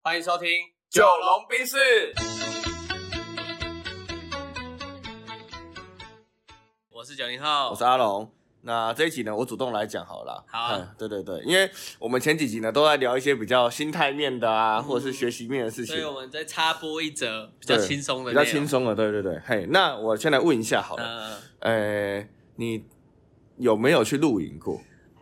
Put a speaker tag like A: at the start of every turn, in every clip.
A: 欢迎收听《
B: 九龙冰室。
A: 我是九零后，
B: 我是阿龙。那这一集呢，我主动来讲好了。
A: 好啊
B: 嗯对对对，因为我们前几集呢都在聊一些比较心态面的啊，或者是学习面的事情
A: 所以，我们再插播一则比较
B: 对
A: 轻松的，
B: 比较轻。松的。对对对，嘿，那我先来问一下好了，
A: 呃，
B: 呃，你有没有去露营过？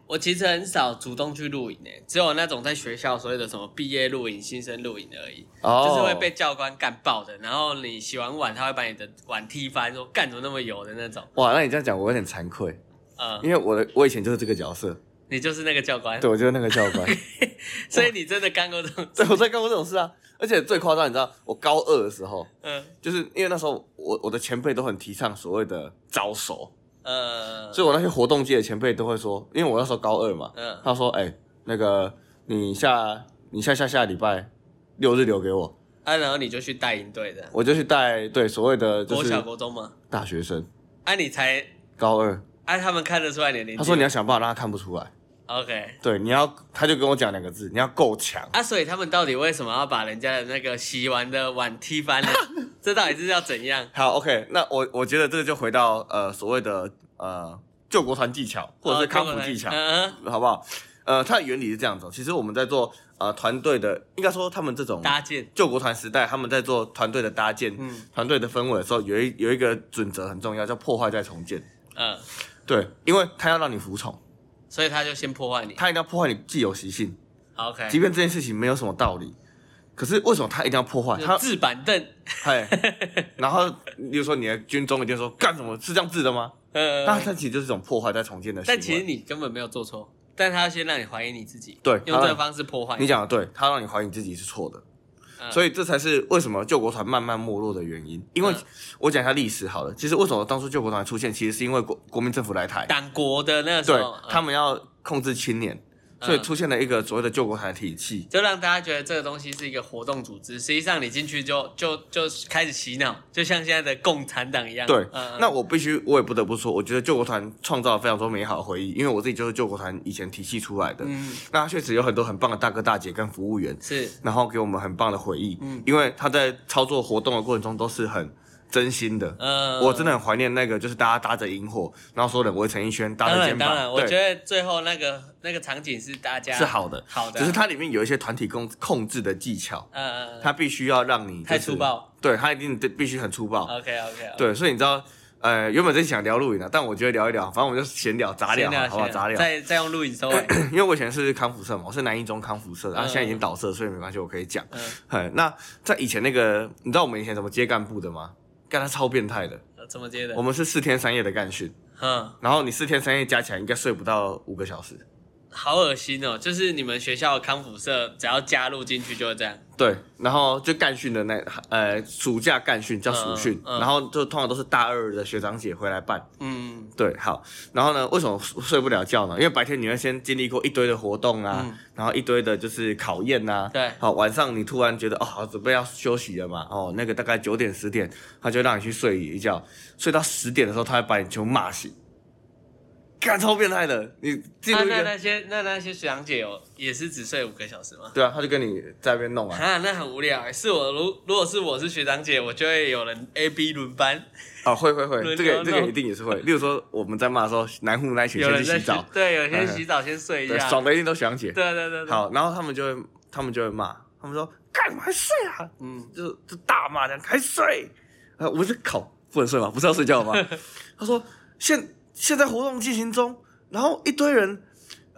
A: 我其实很少主动去露营诶，只有那种在学校所谓的什么毕业露营、新生露营而已，
B: 哦
A: 就是会被教官干爆的。然后你洗完碗，他会把你的碗踢翻，说干怎么那么油的那种。
B: 哇，那你这样讲我有点惭愧，
A: 呃，
B: 因为我的我以前就是这个角色，
A: 你就是那个教官，
B: 对我就是那个教官，
A: 所以你真的干过这种，
B: 对我在干过这种事啊。而且最夸张，你知道，我高二的时候，
A: 嗯
B: 就是因为那时候我我的前辈都很提倡所谓的招手，
A: 呃，
B: 所以我那些活动界的前辈都会说，因为我那时候高二嘛，
A: 嗯
B: 他说：“哎、那个你下你下下下礼拜六日留给我，
A: 啊，然后你就去带营队的，
B: 我就去带对所谓的就
A: 国
B: 是
A: 小国中嘛，
B: 大学生
A: 啊，你才
B: 高二。
A: 啊，他们看得出来你的年纪。
B: 他说你要想办法让他看不出来，
A: OK
B: 对，你要他就跟我讲两个字，你要够强。
A: 啊，所以他们到底为什么要把人家的那个洗完的碗踢翻 呢？这到底是要怎样？
B: 好，OK，那我我觉得这个就回到呃所谓的呃救国团技巧或
A: 呃哦
B: 者是康复技巧，
A: 嗯嗯，
B: 好不好？呃，它的原理是这样子哦，其实我们在做呃团队的，应该说他们这种
A: 搭建，
B: 救国团时代，他们在做团队的搭建、
A: 嗯
B: 团队的氛围的时候，有一有一个准则很重要，叫破坏再重建。
A: 嗯，
B: 对，因为他要让你服从，
A: 所以他就先破坏你。
B: 他一定要破坏你既有习性，
A: OK，
B: 即便这件事情没有什么道理，可是为什么他一定要破坏？
A: 就
B: 他
A: 制板凳，
B: 嘿，然后比如说你的军中一定说干什么是这样治的吗？
A: 呃，
B: 那他其实就是一种破坏再重建的行为。
A: 但其实你根本没有做错，但他要先让你怀疑你自己，
B: 对
A: 用
B: 他
A: 这个
B: 让你
A: 方式破坏
B: 你讲的对，他让你怀疑自己是错的。
A: 嗯
B: 所以这才是为什么救国团慢慢没落的原因。因为
A: 嗯
B: 我讲一下历史好了，其实为什么当初救国团出现，其实是因为国国民政府来台，
A: 党国的那个时
B: 对
A: 候，嗯
B: 他们要控制青年，所以出现了一个所谓的救国团体系。
A: 就让大家觉得这个东西是一个活动组织，实际上你进去就就就开始洗脑，就像现在的共产党一样。
B: 对，
A: 嗯
B: 那我必须，我也不得不说，我觉得救国团创造了非常多美好的回忆，因为我自己就是救国团以前体系出来的，
A: 嗯
B: 那它确实有很多很棒的大哥大姐跟服务员，
A: 是
B: 然后给我们很棒的回忆，因为他在操作活动的过程中都是很真心的，
A: 呃，
B: 我真的很怀念那个，就是大家搭着萤火，然后所有人围成一圈，搭
A: 当
B: 着
A: 然
B: 肩
A: 嗯当然，
B: 膀，
A: 我觉
B: 对，
A: 得最后那个那个场景是大家
B: 是好的，
A: 好的啊，
B: 只是它里面有一些团体控控制的技巧，
A: 呃
B: 它必须要让你、就是、
A: 太粗，暴。呃
B: 对，它一定得必须很粗暴，
A: OK OK，，
B: 对，所以你知道，呃，原本是想聊露营的，但我觉得聊一聊，反正我们就闲聊杂聊
A: 闲，聊
B: 好不好？
A: 闲
B: 杂
A: 聊，
B: 聊，
A: 再再用录影收尾。
B: 因为我以前是康复社嘛，我是南一中康复社的，然、
A: 嗯
B: 后现在已经倒社，所以没关系，我可以讲。
A: 嗯
B: 嘿，那在以前那个，你知道我们以前怎么接干部的吗？干他超变态的，
A: 怎么接的
B: 我？们是四天三夜的干训。
A: 嗯，
B: 然后你四天三夜加起来应该睡不到五个小时。
A: 好恶心哦！就是你们学校的康复社，只要加入进去就会这样。
B: 对，然后就干训的那呃暑假干训叫暑训，
A: 嗯嗯
B: 然后就通常都是大二的学长姐回来办。
A: 嗯，
B: 对，好，然后呢，为什么睡不了觉呢？因为白天你会先经历过一堆的活动啊，
A: 嗯
B: 然后一堆的就是考验呐、啊。
A: 对
B: 好，晚上你突然觉得哦，好准备要休息了嘛，哦，那个大概九点十点，他就让你去睡一觉，睡到十点的时候，他会把你全部骂醒。干超变态的，你进
A: 那
B: 入一
A: 啊那
B: 个、啊
A: 那些那那些学长姐有也是只睡五个小时吗？
B: 对啊，他就跟你在那边弄啊，
A: 啊，那很无聊、欸。是我如如果是我是学长姐，我就会有人 A B 轮班，
B: 哦，会会会，
A: 轮
B: 这
A: 流
B: 个这个
A: 弄
B: 一定也是会。例如说我们在骂的时候，南湖那一群
A: 有
B: 先去
A: 人在
B: 洗澡，
A: 对，有些
B: 嗯
A: 洗澡先睡一
B: 对，
A: 下，
B: 爽的一定都想姐。
A: 对对对对，，
B: 好，然后他们就会他们就会骂，他们说干嘛还睡啊？
A: 嗯，
B: 就就大骂这样还睡？啊，我是考不能睡吗？不是要睡 觉吗？他说现现在活动进行中，然后一堆人。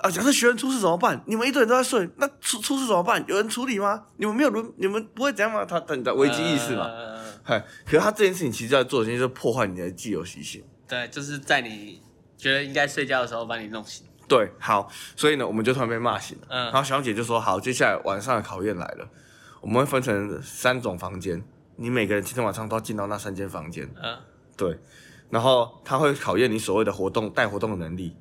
B: 啊，假设学员出事怎么办？你们一堆人都在睡，那出出事怎么办？有人处理吗？你们没有轮，你们不会怎样吗？他等的危机意识嘛，
A: 呃
B: 嗨，可是他这件事情其实在做的事情就是破坏你的既有习性。
A: 对，就是在你觉得应该睡觉的时候把你弄醒，
B: 对，好，所以呢，我们就突然被骂醒了。
A: 嗯
B: 然后小姐就说：“好，接下来晚上的考验来了，我们会分成三种房间，你每个人今天晚上都要进到那三间房间。
A: 嗯，
B: 对，然后他会考验你所谓的活动带活动的能力、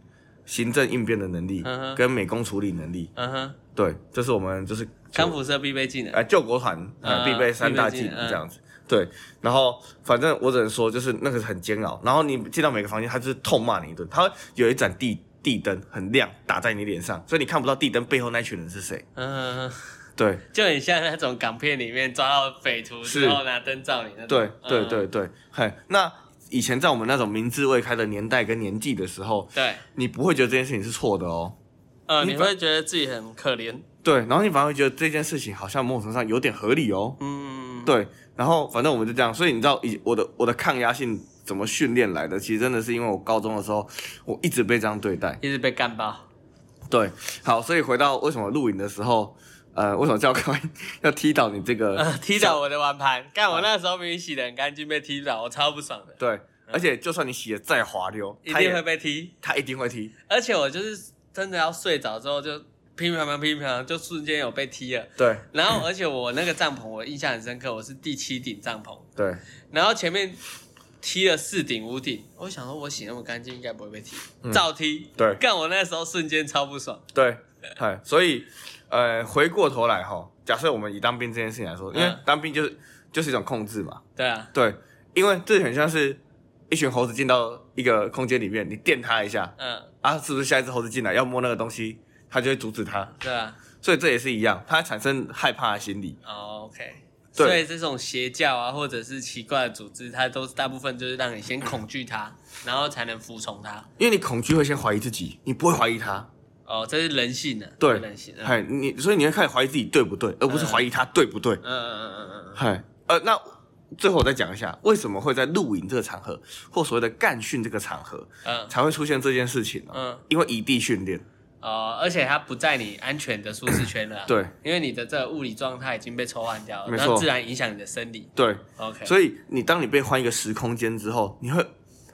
B: 行政应变的能力、
A: 嗯哼
B: 跟美工处理能力。
A: 嗯哼，
B: 对，这是我们就是
A: 康复社必备技能，
B: 呃，救国团呃
A: 啊
B: 必备三大
A: 必
B: 技
A: 备技
B: 能
A: 能嗯
B: 这样子。对，然后反正我只能说，就是那个很煎熬。然后你进到每个房间，他就是痛骂你一顿。他有一盏地地灯很亮，打在你脸上，所以你看不到地灯背后那群人是谁。
A: 嗯，
B: 对
A: 就很像那种港片里面抓到匪徒之
B: 是
A: 后拿灯照你那种。
B: 对对
A: 嗯
B: 对对，嘿，那以前在我们那种明智未开的年代跟年纪的时候，
A: 对，
B: 你不会觉得这件事情是错的哦，
A: 呃，
B: 你
A: 你
B: 反
A: 会觉得自己很可怜。
B: 对，然后你反而会觉得这件事情好像某种程度上有点合理哦，
A: 嗯，
B: 对，然后反正我们就这样，所以你知道，以我的我的抗压性怎么训练来的？其实真的是因为我高中的时候，我一直被这样对待。
A: 一直被干爆。
B: 对，好，所以回到为什么录影的时候，呃，为什么教官 要踢倒你这个？
A: 呃，踢倒我的碗盘，干我那时候明明洗的很干净，被踢倒，我超不爽的，
B: 对，而且就算你洗的再滑溜，
A: 嗯一
B: 他
A: 定
B: 也
A: 会被踢。
B: 他一定会踢。
A: 而且我就是真的要睡着之后就乒乒乓乓乒乒乓乓，就瞬间有被踢了。
B: 对
A: 然后，而且我那个帐篷，我印象很深刻，我是第七顶帐篷，
B: 对，
A: 然后前面踢了四顶五顶，我想说我洗那么干净，应该不会被踢，照踢。
B: 嗯对
A: 干我那时候瞬间超不爽。
B: 对，哎，所以呃，回过头来哈，假设我们以当兵这件事情来说，因为
A: 嗯
B: 当兵就是就是一种控制嘛，
A: 对啊，
B: 对，因为这很像是一群猴子进到一个空间里面，你电它一下
A: 嗯，
B: 啊，是不是下一只猴子进来要摸那个东西，它就会阻止它，
A: 对啊、
B: 所以这也是一样，它产生害怕的心理，
A: 哦、，OK。
B: 对
A: 所以这种邪教啊，或者是奇怪的组织，它都是大部分就是让你先恐惧它，然后才能服从它。
B: 因为你恐惧会先怀疑自己，你不会怀疑它，
A: 哦，这是人性的、啊，
B: 对
A: 人性、啊。
B: 嗨，你所以你会开始怀疑自己对不对，而不是怀疑它对不对，
A: 嗯嗯嗯嗯嗯，
B: 嗨，呃，那最后我再讲一下，为什么会在露营这个场合或所谓的干训这个场合
A: 嗯
B: 才会出现这件事情呢、
A: 嗯，
B: 因为异地训练，。，
A: 哦，而且它不在你安全的舒适圈了、啊
B: 对
A: 因为你的这个物理状态已经被抽换掉了，
B: 没
A: 然
B: 错
A: 后自然影响你的生理。
B: 对，
A: OK，以
B: 所以你当你被换一个时空间之后，你会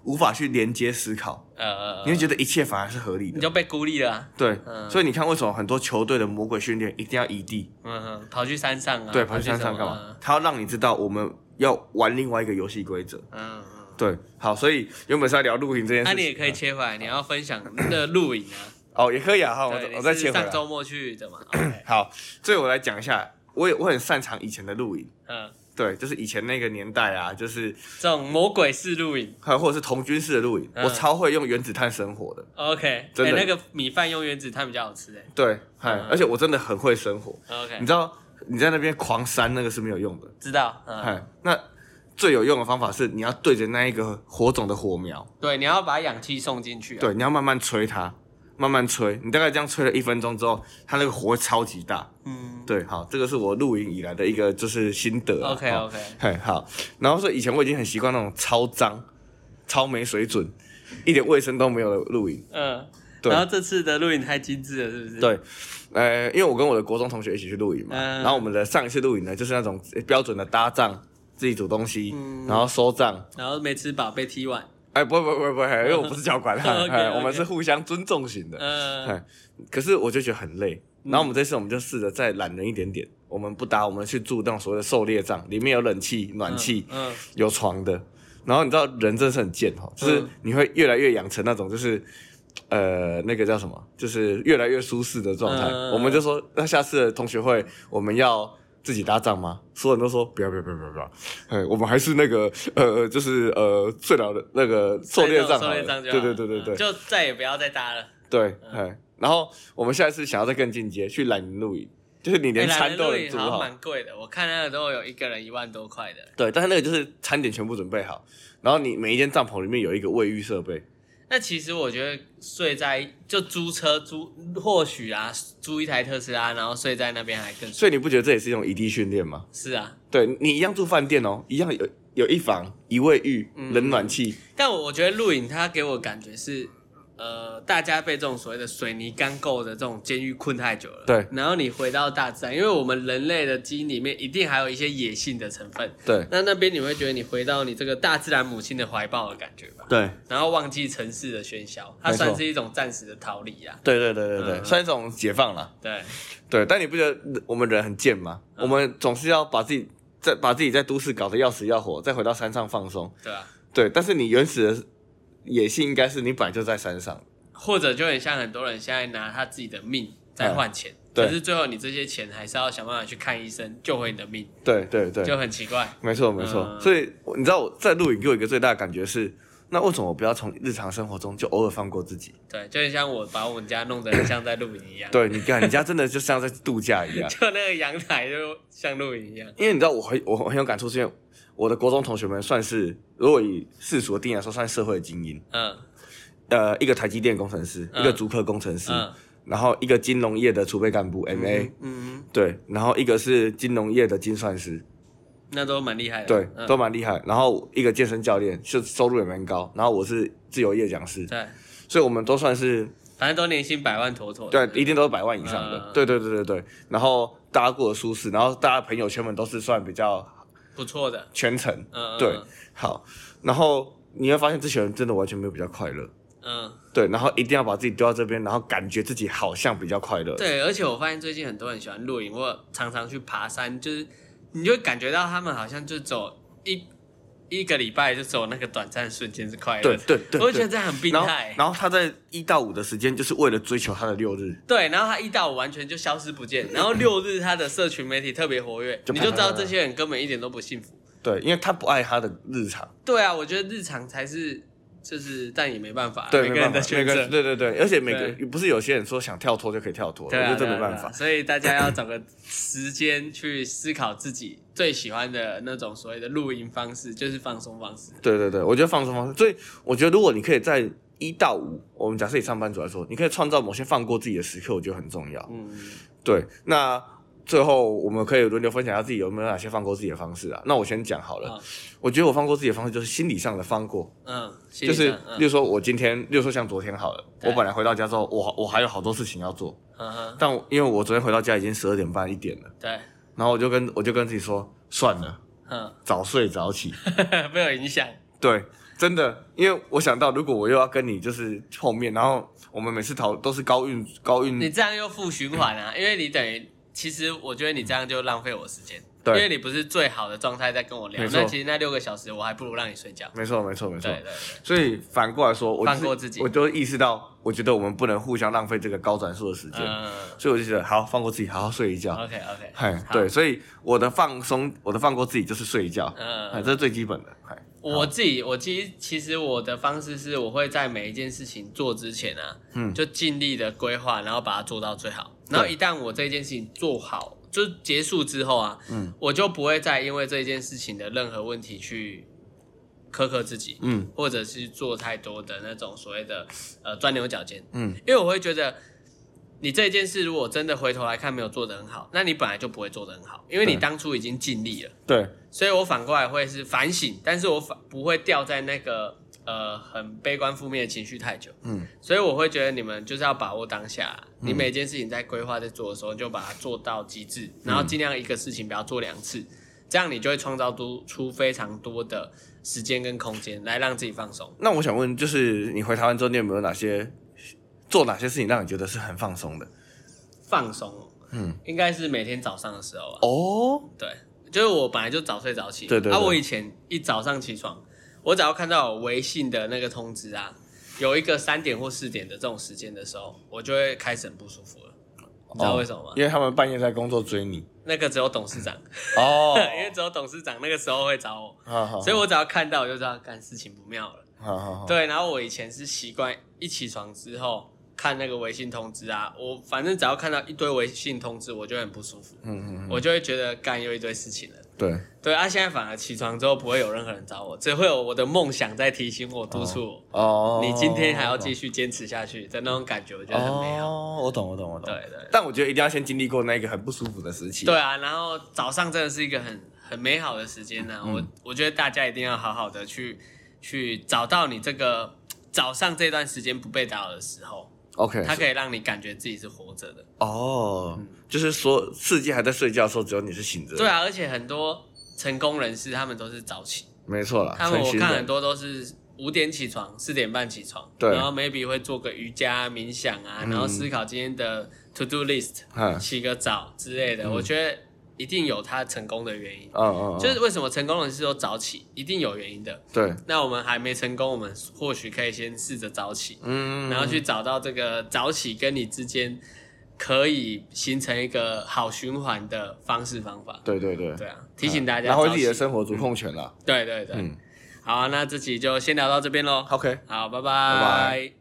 B: 无法去连接思考，
A: 呃，
B: 你会觉得一切反而是合理
A: 你
B: 的。
A: 就被孤立了、啊。
B: 对，
A: 嗯
B: 所以你看为什么很多球队的魔鬼训练一定要异地？
A: 嗯哼，跑去山上啊，
B: 对，跑去山上干
A: 什
B: 嘛
A: 么？？
B: 他要让你知道我们要玩另外一个游戏规则。
A: 嗯嗯，
B: 对，好，所以原本是要聊露营这件
A: 那、
B: 事情，
A: 你也可以切回来，你要分享的露营啊。
B: 哦，也可以啊。好， 我
A: 对你
B: 我再
A: 是
B: 切回来
A: 上。周末去 的嘛？OK，
B: 好，最后我来讲一下，我也我很擅长以前的露营，
A: 嗯，
B: 对，就是以前那个年代啊，就是
A: 这种魔鬼式露营
B: 还有或者是童军式的露营，
A: 嗯
B: 我超会用原子炭生火的，
A: ，OK，
B: 真的
A: 哎那个米饭用原子炭比较好吃哎、
B: 对，嗨，
A: 嗯
B: 而且我真的很会生火，你
A: OK，
B: 知道你在那边狂扇那个是没有用的，
A: 知道，嗯，
B: 嗨，那最有用的方法是你要对着那一个火种的火苗，
A: 对，你要把氧气送进去、啊。，
B: 对，你要慢慢吹它，慢慢吹，你大概这样吹了一分钟之后，它那个火会超级大，
A: 嗯
B: 对，好，这个是我露营以来的一个就是心得啊
A: ，OK
B: 好
A: OK，
B: 嘿，好。然后说以前我已经很习惯那种超脏、超没水准、一点卫生都没有的露营。
A: 嗯，
B: 对
A: 然后这次的露营太精致了，是不是？，
B: 对，呃，因为我跟我的国中同学一起去露营嘛，
A: 嗯
B: 然后我们的上一次露营呢，就是那种呃标准的搭帐，自己煮东西，
A: 嗯
B: 然后收帐。
A: 然后没吃饱被踢完，
B: 哎，不会不会不会不会，因为我不是教 官，
A: OK，OK
B: 哎我们是互相尊重型的。
A: 嗯、
B: 哎，可是我就觉得很累。然后我们这次我们就试着再懒人一点点，我们不搭，我们去住那种所谓的狩猎帐，里面有冷气、暖气，
A: 嗯，嗯，
B: 有床的。然后你知道人真的是很贱哦，就是你会越来越养成那种就是。呃，那个叫什么？就是越来越舒适的状态。
A: 嗯
B: 我们就说，那下次的同学会，我们要自己搭帐吗？所有人都说不要不要不要不要不要，哎，我们还是那个呃，就是呃，最了的那个 狩猎帐好
A: 狩
B: 了。
A: 猎帐就
B: 对
A: 好
B: 对对对
A: 嗯
B: 对、
A: 就嗯再也不要再搭了。
B: 对，哎。然后我们下一次想要再更进阶，去懒人露营，就是你连
A: 哎
B: 餐
A: 懒人露
B: 都能
A: 营
B: 煮
A: 好像
B: 好。
A: 蛮贵的，我看那个都有一个人一万多块的。
B: 对，但是那个就是餐点全部准备好，然后你每一间帐篷里面有一个卫浴设备。
A: 那其实我觉得睡在就租车租，或许啊，租一台特斯拉，然后睡在那边还更舒
B: 所以你不觉得这也是一种异地训练吗？
A: 是啊，
B: 对你一样住饭店哦，一样有有一房一卫浴、冷暖气，
A: 但我我觉得录影它给我感觉是，呃，大家被这种所谓的水泥钢构的这种监狱困太久了。
B: 对
A: 然后你回到大自然，因为我们人类的基因里面一定还有一些野性的成分。
B: 对
A: 那那边你会觉得你回到你这个大自然母亲的怀抱的感觉吧，
B: 对
A: 然后忘记城市的喧嚣，它
B: 没错
A: 算是一种暂时的逃离啊。
B: 对对对对对，
A: 嗯
B: 算一种解放啦。嗯
A: 对，
B: 呃对，但你不觉得我们人很贱吗？我们总是要把自己在把自己在都市搞得要死要活，再回到山上放松。
A: 对啊。
B: 对，但是你原始的野性应该是你本来就在山上。
A: 或者就很像很多人现在拿他自己的命在换钱，
B: 哎对
A: 可是最后你这些钱还是要想办法去看医生救回你的命，
B: 对对对，
A: 就很奇怪。
B: 没错没错，
A: 嗯
B: 所以我你知道我在录影给我一个最大的感觉是，那为什么不要从日常生活中就偶尔放过自己？
A: 对，就很像我把我们家弄得很像在露营一样，，
B: 对你看，人家真的就像在度假 一 样。
A: 就那个阳台就像露营一样，
B: 因为你知道我很我很有感触，是因为我的国中同学们算是，如果以世俗的定义来说，算是社会精英。
A: 嗯
B: 呃，一个台积电工程师，
A: 嗯
B: 一个竹科工程师，
A: 嗯
B: 然后一个金融业的储备干部 MA，、
A: 嗯，
B: 对，然后一个是金融业的精算师，
A: 那都蛮厉害的，
B: 对，
A: 嗯
B: 都蛮厉害。然后一个健身教练，就收入也蛮高。然后我是自由业讲师，
A: 对，
B: 所以我们都算是
A: 反正都年薪百万妥妥
B: 对
A: 的，，
B: 一定都是百万以上的。
A: 嗯
B: 对对对对对。然后大家过得舒适，然后大家朋友圈们都是算比较
A: 不错的，
B: 全程。
A: 嗯，嗯
B: 对，好。然后你会发现这些人真的完全没有比较快乐。
A: 嗯，
B: 对，然后一定要把自己丢到这边，然后感觉自己好像比较快乐。
A: 对，而且我发现最近很多人喜欢露营，或常常去爬山，就是你就会感觉到他们好像就走一一个礼拜就走那个短暂的瞬间是快乐
B: 对
A: 的，
B: 对对
A: 我就觉
B: 对
A: 得这很病
B: 然后
A: 态，。
B: 然后他在一到五的时间，就是为了追求他的六日。
A: 对，然后他一到五完全就消失不 见，然后六日他的社群媒体特别活跃，
B: 就
A: 你
B: 啪
A: 就
B: 啪
A: 知
B: 啪
A: 道
B: 啪
A: 这些人根本一点都不幸福。
B: 对，因为他不爱他的日常。
A: 对啊，我觉得日常才是，就是但也没办法，
B: 对，
A: 每个
B: 没
A: 人
B: 办法
A: 的
B: 每
A: 选
B: 个
A: 择
B: 人，对对对，而且每个
A: 对
B: 不是有些人说想跳脱就可以跳脱，
A: 对啊，
B: 我觉得这
A: 对啊
B: 没办
A: 对啊
B: 法。
A: 所以大家要找个时间去思考自己最喜欢的那种所谓的露营方式，就是放松方式。
B: 对对对，我觉得放松方式，所以我觉得如果你可以在一到五，我们假设以上班族来说，你可以创造某些放过自己的时刻，我觉得很重要。
A: 嗯，
B: 对，那最后我们可以轮流分享一下自己有没有哪些放过自己的方式啊？那我先讲好了，
A: 好
B: 我觉得我放过自己的方式就是心理上的放过，
A: 嗯，心
B: 就
A: 理
B: 是
A: 上嗯
B: 例如说我今天，例如说像昨天好了，
A: 对
B: 我本来回到家之后，我我还有好多事情要做，
A: 嗯哼，
B: 但我因为我昨天回到家已经十二点半一点了，
A: 对，
B: 然后我就跟我就跟自己说，算了，
A: 嗯，
B: 早睡早起。
A: 没有影响。
B: 对，真的，因为我想到，如果我又要跟你就是碰面，然后我们每次讨都是高运高
A: 你
B: 运，
A: 这样又负循环
B: 嗯
A: 啊，因为你等于，其实我觉得你这样就浪费我时间，
B: 对
A: 因为你不是最好的状态在跟我聊
B: 没，错
A: 那其实那六个小时我还不如让你睡觉。
B: 没错没错没错
A: 对。对对，
B: 所以反过来说，我、就是、
A: 放过自己
B: 我就意识到，我觉得我们不能互相浪费这个高转速的时间，
A: 嗯
B: 所以我就觉得好放过自己，好好睡一觉。
A: ，OK OK，
B: 嗨，对，，所以我的放松，我的放过自己就是睡一觉，
A: 嗯
B: 哎，这是最基本的。嗨，
A: 我自己，我其实其实我的方式是，我会在每一件事情做之前啊，
B: 嗯
A: 就尽力的规划，然后把它做到最好。然后一旦我这件事情做好，就结束之后啊，
B: 嗯，
A: 我就不会再因为这件事情的任何问题去苛刻自己，
B: 嗯
A: 或者是做太多的那种所谓的呃钻牛角尖，
B: 嗯，
A: 因为我会觉得。你这件事如果真的回头来看没有做得很好，那你本来就不会做得很好，因为你
B: 对
A: 当初已经尽力了。
B: 对，
A: 所以我反过来会是反省，但是我反不会掉在那个呃很悲观负面的情绪太久，
B: 嗯，
A: 所以我会觉得你们就是要把握当下，你每件事情在规划在做的时候就把它做到极致，
B: 嗯
A: 然后尽量一个事情不要做两次，这样你就会创造出出非常多的时间跟空间来让自己放松。
B: 那我想问，就是你回台湾之后，你有没有哪些做哪些事情让你觉得是很放松的？
A: 放松，
B: 嗯，
A: 应该是每天早上的时候啊，
B: 哦，
A: 对，就是我本来就早睡早起，
B: 对对
A: 啊，
B: 对
A: 我以前一早上起床，我只要看到我微信的那个通知啊，有一个三点或四点的这种时间的时候，我就会开始很不舒服了。你知道为什么吗？
B: 哦因为他们半夜在工作追你。
A: 那个只有董事长，
B: 哦
A: 因为只有董事长那个时候会找我，
B: 好好，
A: 所以我只要看到我就知道干事情不妙了。
B: 好好好，
A: 对，然后我以前是习惯一起床之后看那个微信通知啊，我反正只要看到一堆微信通知，我就会很不舒服，
B: 嗯嗯，
A: 我就会觉得干又一堆事情了。
B: 对，
A: 对啊，现在反而起床之后不会有任何人找我，只会有我的梦想在提醒我、督促我，
B: 哦，
A: 你今天还要继
B: 续，
A: 续坚持下去的那种感觉，我觉得很美好。
B: 哦，我懂，我懂，我懂。
A: 对对
B: 但我觉得一定要先经历过那个很不舒服的时期。
A: 对，啊，然后早上真的是一个很很美好的时间呢、
B: 嗯
A: 我我觉得大家一定要好好的去去找到你这个早上这段时间不被打扰的时候，
B: ，OK，
A: 它可以让你感觉自己是活着的。
B: 哦，就是说世界还在睡觉的时候，只有你是醒着。
A: 对，啊，而且很多成功人士他们都是早起，
B: 没错啦。
A: 他们
B: 诚
A: 我
B: 心
A: 看
B: 啊的
A: 很多都是五点起床，四点半起床，
B: 对
A: 然后 maybe 会做个瑜伽、冥想啊，然后思考今天的 to do list，
B: 嗯
A: 洗个澡之类的。我觉得一定有他成功的原因，
B: 嗯嗯，嗯
A: 就是为什么成功人士都早起，一定有原因的。
B: 对，
A: 那我们还没成功，我们或许可以先试着早起，
B: 嗯，
A: 然后去找到这个早起跟你之间可以形成一个好循环的方式方法。
B: 对对对，嗯
A: 对啊，提醒大家
B: 然后
A: 早
B: 自
A: 起
B: 己的生活主控权啦。
A: 对对对，
B: 嗯
A: 好，那这集就先聊到这边喽。
B: OK。
A: 嗯好，拜
B: 拜
A: 拜